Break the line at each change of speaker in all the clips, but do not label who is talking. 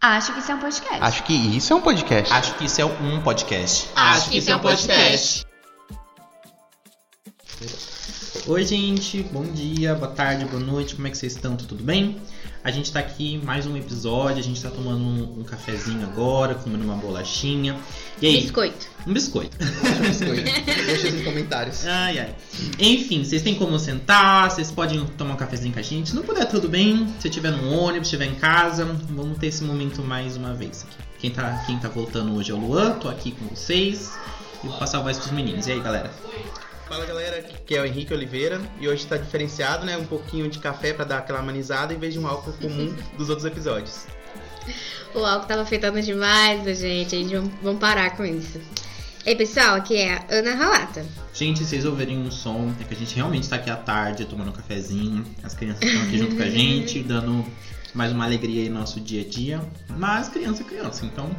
Acho que isso é um podcast.
Acho que isso é um podcast.
Acho que isso é um podcast.
Acho que isso é um podcast.
Oi, gente, bom dia, boa tarde, boa noite, como é que vocês estão? Tudo bem? A gente tá aqui mais um episódio, a gente tá tomando um, um cafezinho agora, comendo uma bolachinha. E aí,
Biscoito.
um biscoito.
é um Deixa nos comentários.
Ai, ai. Enfim, vocês têm como sentar, vocês podem tomar um cafezinho com a gente. Se não puder, tudo bem. Se estiver no ônibus, estiver em casa, vamos ter esse momento mais uma vez aqui. Quem tá, quem tá voltando hoje é o Luan, tô aqui com vocês. E vou passar a voz pros meninos. E aí, galera?
Fala galera, aqui é o Henrique Oliveira e hoje tá diferenciado, né? Um pouquinho de café pra dar aquela amenizada em vez de um álcool comum dos outros episódios.
O álcool tava afetando demais a gente. A gente vamos, vamos parar com isso. Ei, pessoal, aqui é a Ana Ralata.
Gente, se vocês ouvirem um som, é que a gente realmente tá aqui à tarde, tomando um cafezinho. As crianças estão aqui junto com
Uhum.
a gente, dando mais uma alegria aí no nosso dia a dia. Mas criança é criança, então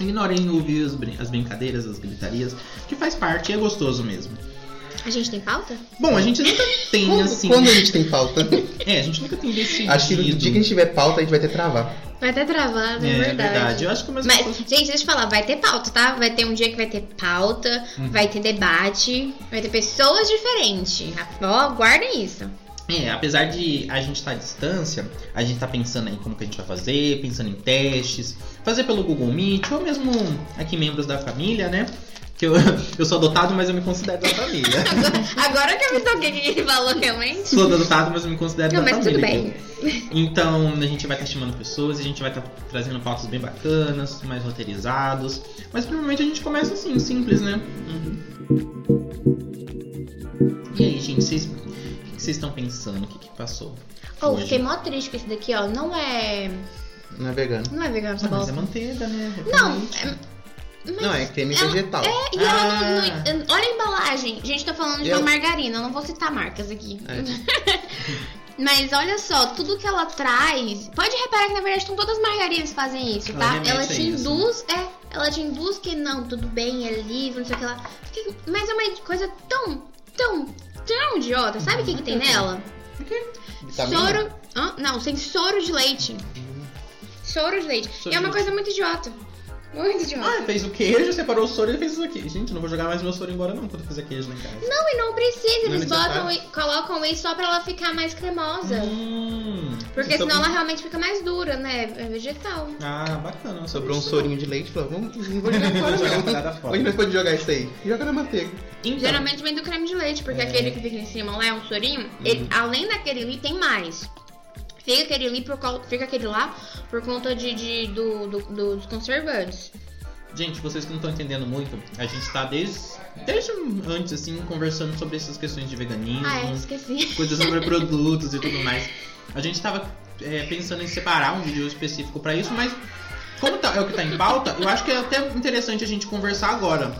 ignorem ouvir as, brin- as brincadeiras, as gritarias, que faz parte e é gostoso mesmo.
A gente tem pauta?
Bom, a gente nunca tem
Quando,
assim.
quando a gente tem pauta?
É, a gente nunca tem decidido.
Acho que no dia que a gente tiver pauta, a gente vai ter travar.
Vai até travado,
é,
é,
verdade. Eu acho que mais
Mas, gente, deixa eu te falar, vai ter pauta, tá? Vai ter um dia que vai ter pauta,
Uhum.
vai ter debate, vai ter pessoas diferentes. Ó, guardem isso.
É, apesar de a gente estar à distância, a gente tá pensando aí como que a gente vai fazer, pensando em testes, fazer pelo Google Meet, ou mesmo aqui membros da família, né? Que eu, eu sou adotado, mas eu me considero da família.
Agora que eu me toquei que ele falou realmente.
sou adotado, mas eu me considero
Não,
da
mas tudo
família.
bem.
Então a gente vai estar chamando pessoas, a gente vai estar trazendo pautas bem bacanas, mais roteirizados. Mas provavelmente a gente começa assim, simples, né? E aí, gente, vocês. O que que vocês estão pensando? O que, que passou?
Ou
hoje?
fiquei mó triste com esse daqui, ó. Não é.
Não é vegano.
Não é vegano essa
Ah, mas
bosta.
é manteiga, né?
Não,
Não, é creme vegetal.
E ela não-
Ah.
não, Olha a embalagem. Gente, tô falando de
Eu-
uma margarina, eu não vou citar marcas aqui.
É.
Mas olha só, tudo que ela traz. Pode reparar que na verdade estão todas as margarinas que fazem isso,
Ela
tá?
remete
Ela
a
te
isso.
induz, é. Ela te induz que não, tudo bem, é livre, não sei o que lá. Que- Mas é uma coisa tão, tão, tão idiota. Sabe o que, que
Uhum.
tem nela?
Tá
Vitamina?
um Soro. Hã? Não, tem soro de leite. Soro de leite.
Uhum. Soro
e é uma
de
coisa muito idiota. Muito idiota.
Ah, fez o queijo, separou o soro e fez isso aqui. Gente, não vou jogar mais meu soro embora não quando eu fizer queijo na casa.
Não, e não precisa,
Não é
eles botam
tá.
necessário.
e colocam isso só pra ela ficar mais cremosa.
Hum,
Porque senão ela realmente fica mais dura, né? É vegetal.
Ah, bacana.
Sobrou um sorinho de leite, falou, vamos, não vou jogar fora não. Onde
sorinho.
nós podemos jogar isso aí? Joga na manteiga.
Então,
Geralmente vem do creme de leite, porque
É.
aquele que fica em cima lá é um sorinho.
Uhum.
Ele, além daquele ali, tem mais. Fica aquele, ali por, col- fica aquele lá por conta de, de- do, do- do- dos conservantes.
Gente, vocês que não estão entendendo muito, a gente tá desde, desde antes, assim, conversando sobre essas questões de veganismo,
Ah,
Uhum.
é, esqueci.
coisas sobre produtos e tudo mais. A gente tava é, pensando em separar um vídeo específico pra isso, mas como tá- é o que tá em pauta, eu acho que é até interessante a gente conversar agora.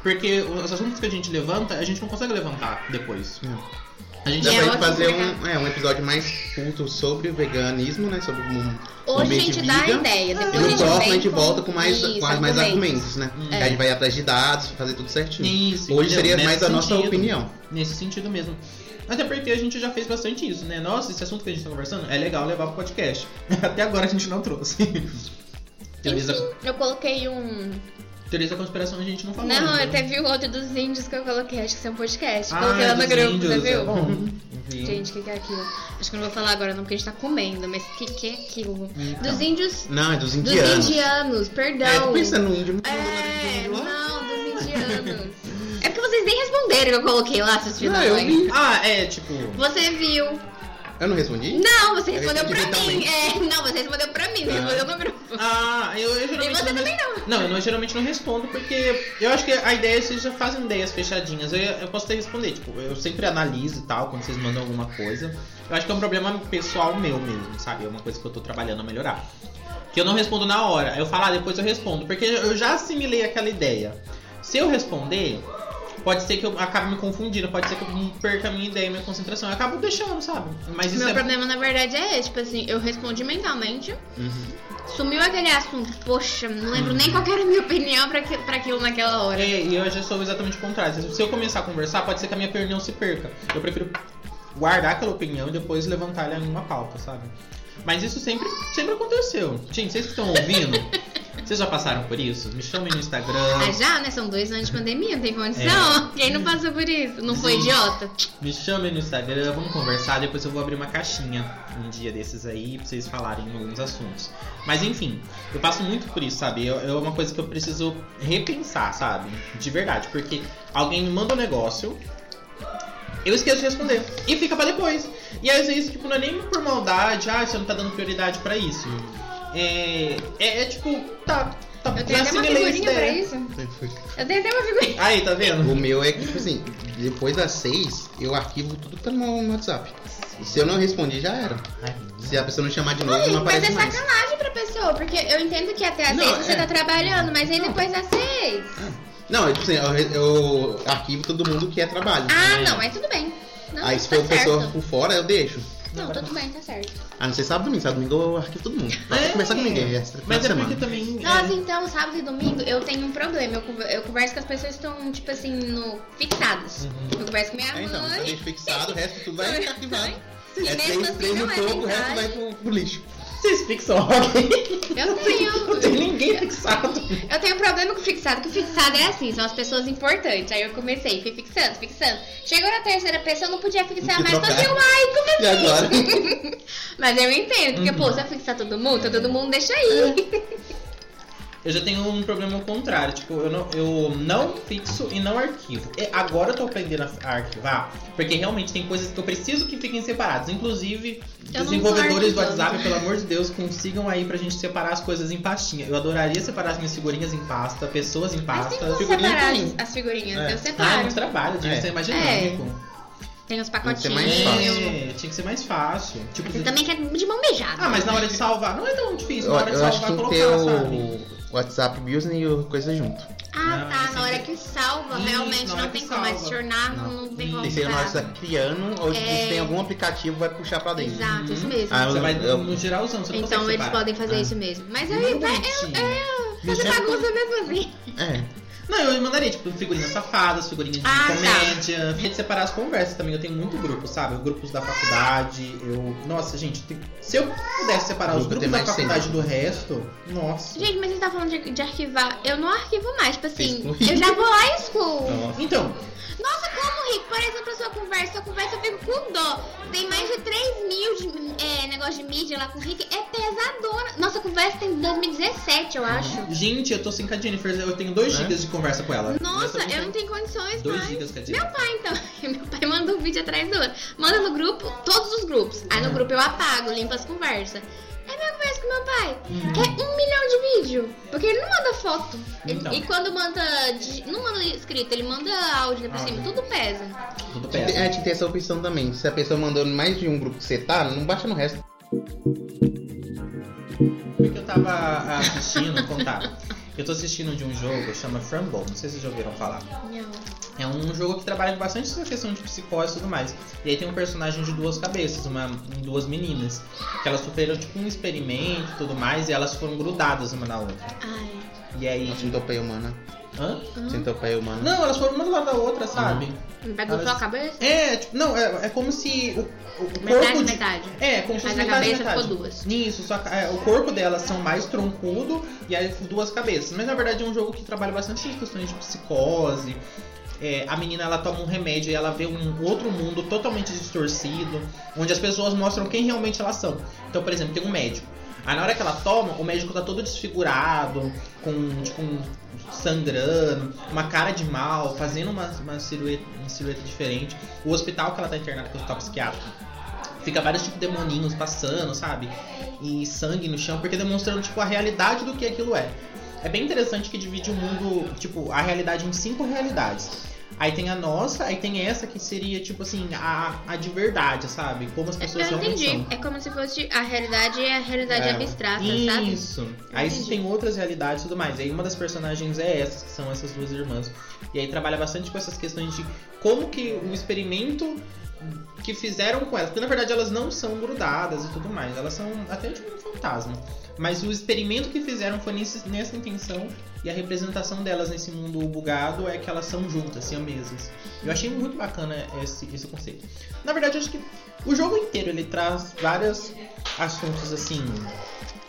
Porque os assuntos que a gente levanta, a gente não consegue levantar depois.
Não.
A gente
Dá
É
pra gente
ótimo
fazer
pegar.
um, é, um episódio mais culto sobre o veganismo, né? Sobre um
Hoje a
Comer de
gente dá a
vida.
ideia. Depois
E no
a gente
próximo
vem
a gente
com-
volta com mais,
Isso,
com mais argumentos, né?
Hum.
Aí a gente vai atrás de dados, fazer tudo certinho.
Isso,
Hoje
entendeu?
seria
Nesse
mais a nossa
sentido.
opinião.
Nesse sentido mesmo. Até porque a gente já fez bastante isso, né? Nossa, esse assunto que a gente tá conversando é legal levar pro podcast. Até agora a gente não trouxe. Teorias da,
Enfim, eu coloquei um.
teorias da conspiração a gente não falou.
Não, é
ainda,
eu até
né?
vi o outro dos índios que eu coloquei, acho que isso é um podcast.
Ah,
coloquei lá no
dos
grupo,
índios,
você
é
viu?
bom. Vi.
Gente, o que, que é aquilo? Acho que eu não vou falar agora não, porque a gente tá comendo, mas o que, que é aquilo?
Então.
Dos índios.
Não, é
Dos
dos indianos.
indianos,
É, tô
perdão.
pensando no índio.
Então,
assim,
É, não, dos indianos. É porque vocês nem responderam que eu coloquei lá, seus filhos
Não,
da
eu
mãe.
vi.
Ah, é, tipo.
Você viu.
Eu não respondi?
Não, você
Eu
respondeu pra
respondi
mim. É, não, você respondeu pra mim, você
Ah.
respondeu no grupo.
Ah, eu, eu
E
geralmente.
você
não,
também não.
não, eu não- geralmente não respondo, porque eu acho que a ideia é vocês já fazem ideias fechadinhas. Eu, eu posso até responder, tipo, eu sempre analiso e tal, quando vocês mandam alguma coisa. Eu acho que é um problema pessoal meu mesmo, sabe? É uma coisa que eu tô trabalhando a melhorar. Que eu não respondo na hora. Eu falo, ah, depois eu respondo. Porque eu já assimilei aquela ideia. Se eu responder, pode ser que eu acabe me confundindo, pode ser que eu perca a minha ideia, minha concentração. Eu acabo deixando, sabe? Mas isso
Meu
é.
problema, na verdade, é esse. Tipo assim, eu respondi mentalmente, sumiu aquele assunto. Poxa, não lembro nem qual que era a minha opinião pra, que, pra aquilo naquela hora.
É, e eu já sou exatamente o contrário. Se eu começar a conversar, pode ser que a minha opinião se perca. Eu prefiro guardar aquela opinião e depois levantar ela em uma pauta, sabe? Mas isso sempre, sempre aconteceu. Gente, vocês que estão ouvindo, vocês já passaram por isso? Me chamem no
Ah,
Instagram,
já, né? São dois anos de pandemia, não tem condição. Quem não passou por isso? Não foi
Sim.
idiota?
me chamem no Instagram, vamos conversar. Depois eu vou abrir uma caixinha um dia desses aí pra vocês falarem alguns assuntos. Mas enfim, eu passo muito por isso, sabe? Eu- É uma coisa que eu preciso repensar, sabe? De verdade, porque alguém me manda um negócio, eu esqueço de responder. E fica pra depois. E às vezes, tipo, não é nem por maldade, ah, você não tá dando prioridade pra isso. É, é, é tipo, tá, tá,
Eu
já
tenho até uma
assimilei
figurinha pra
ideia.
isso. Eu tenho até uma figurinha.
né? Aí, tá vendo?
O meu é que, tipo assim, depois das seis, eu arquivo tudo que tá no meu WhatsApp. Se eu não respondi, já era.
Ai,
Se a pessoa não chamar de novo,
Ai,
não
mas é
aparece mais.
sacanagem pra pessoa, porque eu entendo que até às
Não,
seis você
é.
tá trabalhando, mas aí depois das seis.
Não, é, tipo assim, eu, re- eu arquivo todo mundo que é trabalho.
Ah,
É.
não, mas tudo bem. Não,
Aí se
tá
for o pessoa
certo.
por fora, eu deixo.
Não, tudo bem, tá certo.
A não ser sábado e domingo. Sábado e domingo eu arquivo todo mundo. Não
É.
é. conversar com ninguém. É
Mas é
semana.
porque também.
Nós,
é,
então, sábado e domingo, eu tenho um problema. Eu, conver- eu converso com as pessoas que estão, tipo assim, no... fixadas.
Uhum.
Eu converso com minha
É, então, tá
mãe.
deixa fixado, o resto tudo vai ficar arquivado.
E
É
mesmo
três,
assim
três
não
no
é
topo, o resto vai
verdade.
pro, pro lixo.
Vocês fixam alguém?
Eu
Não
tenho.
tem ninguém fixado.
Eu tenho um problema com fixado, que fixado é assim, são as pessoas importantes. Aí eu comecei, fui fixando, fixando. Chegou na terceira pessoa, eu não podia fixar
Tem que
mais, então
trocar.
deu ai, como é?
E agora?
Mas eu entendo,
Uhum.
porque, pô, se eu fixar todo mundo, então todo mundo deixa
É,
aí. Assim
Eu já tenho um problema ao contrário. Tipo, eu não, eu não fixo e não arquivo. E agora eu tô aprendendo a a arquivar, porque realmente tem coisas que eu preciso que fiquem separadas. Inclusive,
Eu não
desenvolvedores do
tô arquivando.
WhatsApp, pelo amor de Deus, consigam aí pra gente separar as coisas em pastinha. Eu adoraria separar as minhas figurinhas em pasta, pessoas em
Mas tem
pasta.
como
figurinha
separar
tem.
as- as figurinhas,
É.
eu
Ah, é
separo.
muito trabalho, devia
É.
ser mais
É.
dinâmico.
Tem os
que ser
pacotinhos.
mais fácil.
tipo. É, tinha que ser mais fácil. Tipo,
Você também quer de mão beijada.
Ah, mas na hora de salvar, não é tão difícil.
Eu,
Na hora de
eu acho
salvar,
que tem que
colocar,
ter
sabe?
o WhatsApp Business e o coisa junto.
Ah,
Não,
tá.
isso
Na hora
é-
que salva,
Isso,
realmente
na hora
não
que
tem como. é Mas
salva.
jornar
Não.
não tem
Hum,
como.
Tem que ser na hora que você
usar.
tá criando ou tipo,
É.
se tem algum aplicativo vai puxar pra dentro.
Exato, isso
Uhum.
mesmo.
Ah,
Você
eu-
vai
eu-
no, no geralzão, você não
então
consegue
eles
separar.
podem fazer
Ah.
isso mesmo. Mas
Não,
aí tá.
bonitinho.
É, é fazer
Deixa eu-
bagunça mesmo assim.
É.
Não, eu mandaria, tipo, figurinhas safadas, figurinhas de
Ah, tá.
comédia. Tem que separar as conversas também. Eu tenho muito grupo, sabe? Grupos da faculdade. Eu. Nossa, gente, tem- se eu pudesse separar os
Grupo
grupos
tem
da
mais
faculdade
cem.
do resto, nossa.
Gente, mas você tá falando de, de arquivar. Eu não arquivo mais. Tipo assim,
Exclui.
eu já vou lá e excluo.
Nossa. Então,
Nossa, como, Rick? Por exemplo, a sua conversa, sua conversa eu fico com dó. Tem mais de 3 mil de é, negócio de mídia lá com o Rick. É pesadona. Nossa, a conversa tem de 2017, eu acho.
gente, eu tô sem com a Jennifer. Eu tenho 2
Né?
gigas de conversa com ela.
Nossa, eu não
tenho.
tenho condições
2
mais.
gigas com a
Meu
Jennifer.
pai, então. Meu pai manda um vídeo atrás do outro. Manda no grupo, todos os grupos. Aí
Uhum.
no grupo eu apago, limpo as conversas. É minha conversa com meu pai.
Hum.
É um milhão de vídeo. Porque ele não manda foto. Ele-
Então.
E quando manda. digi- Não manda escrito, ele manda áudio né, por
Áudio.
cima. Tudo pesa.
Tudo
Tem-
péssimo.
É, tinha que ter essa opção também. Se a pessoa mandou em mais de um grupo que você tá, não baixa no resto.
Porque eu tava ah, assistindo, contar. Eu tô assistindo de um jogo, chama Frambone, não sei se vocês já ouviram falar.
Não.
É um jogo que trabalha com bastante essa questão de psicose e tudo mais. E aí tem um personagem de duas cabeças, uma, duas meninas, que elas sofreram tipo um experimento e tudo mais, e elas foram grudadas uma na outra.
Ai.
E aí.
Sintopeia humana.
Hã?
hum.
Sintopeia humana.
Não, elas foram uma do lado da outra, sabe?
Me pegou
Elas-
só a cabeça?
É, tipo, não, é, é como se o, o corpo.
Metade,
de-
metade.
É, como se
Mas
fosse
a
metade,
cabeça
metade.
ficou duas.
Isso, só que, é, o corpo delas são mais troncudo e aí duas cabeças. Mas na verdade é um jogo que trabalha bastante as questões de psicose. É, a menina ela toma um remédio e ela vê um outro mundo totalmente distorcido, onde as pessoas mostram quem realmente elas são. Então, por exemplo, tem um médico. Aí na hora que ela toma, o médico tá todo desfigurado, com tipo um sangrando, uma cara de mal, fazendo uma, uma, silhueta, uma silhueta diferente. O hospital que ela tá internada, que é o hospital psiquiátrico, fica vários tipos de demoninhos passando, sabe? E sangue no chão, porque demonstrando, tipo, a realidade do que aquilo é. É bem interessante que divide o mundo, tipo, a realidade em cinco realidades. Aí tem a nossa, aí tem essa que seria, tipo assim, a, a de verdade, sabe? Como as pessoas
É Eu
realmente são.
entendi. É como se fosse a realidade é a realidade
É.
abstrata, sabe?
Isso. Aí
Entendi.
tem outras realidades e tudo mais. Aí uma das personagens é essas, que são essas duas irmãs. E aí trabalha bastante com essas questões de como que o experimento que fizeram com elas. Porque na verdade elas não são grudadas e tudo mais. Elas são até tipo um fantasma. Mas o experimento que fizeram foi nesse- nessa intenção e a representação delas nesse mundo bugado é que elas são juntas, siamesas. Eu achei muito bacana esse, esse conceito. Na verdade, eu acho que o jogo inteiro ele traz vários assuntos assim,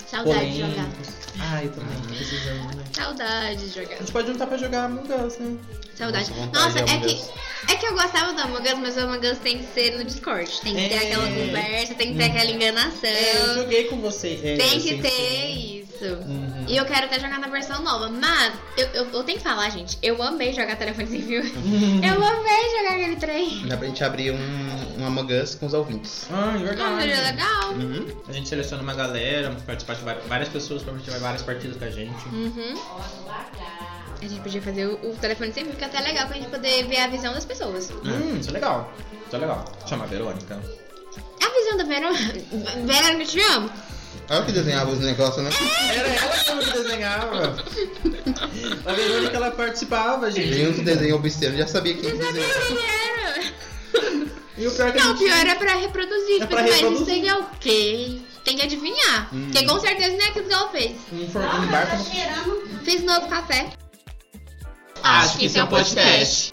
Saudade de jogar.
polêmicos. Ah, eu também, precisamos, né?
Saudade de jogar.
A gente pode juntar pra jogar Among Us, né?
Saudade.
Nossa, vontade
Nossa,
de
é
Among
que, é que eu gostava do Among Us, mas o Among Us tem que ser no Discord. Tem que ter
É.
aquela conversa, tem que ter
Hum.
aquela enganação.
É, eu joguei com você. é,
tem
assim,
que ter
sim.
isso.
Uhum.
E eu quero até jogar na versão nova, mas eu, eu- eu tenho que falar, gente. Eu amei jogar telefone sem fio.
Uhum.
Eu amei jogar aquele trem.
Dá pra gente abrir um, um Among Us com os ouvintes.
Ah, é
Ah, mas
verdade.
é legal.
Uhum.
A gente seleciona uma galera, participar de vai- várias pessoas, provavelmente vai várias partidas com a gente.
Uhum. A gente podia fazer o, o telefone sem fio, que é até legal pra gente poder ver a visão das pessoas.
Hum, isso é legal. Isso é legal. Chama a Verônica.
A visão da Verônica. Verônica, eu te amo.
Olha que desenhava os negócios, né?
Era É, ela que desenhava. A Verônica, ela participava,
Tinha uns
gente.
desenhos obscenos, já sabia
Uhum.
quem desenhava.
E o pior que a
Não, o
gente...
pior é pra reproduzir.
É
tipo
pra
assim, mas isso
reproduzir.
seria o quê? Tem que adivinhar.
Hum.
Porque com certeza não é aquilo que ela fez.
Um, for... um barco...
Fiz novo café.
Acho que isso é Ah, um podcast.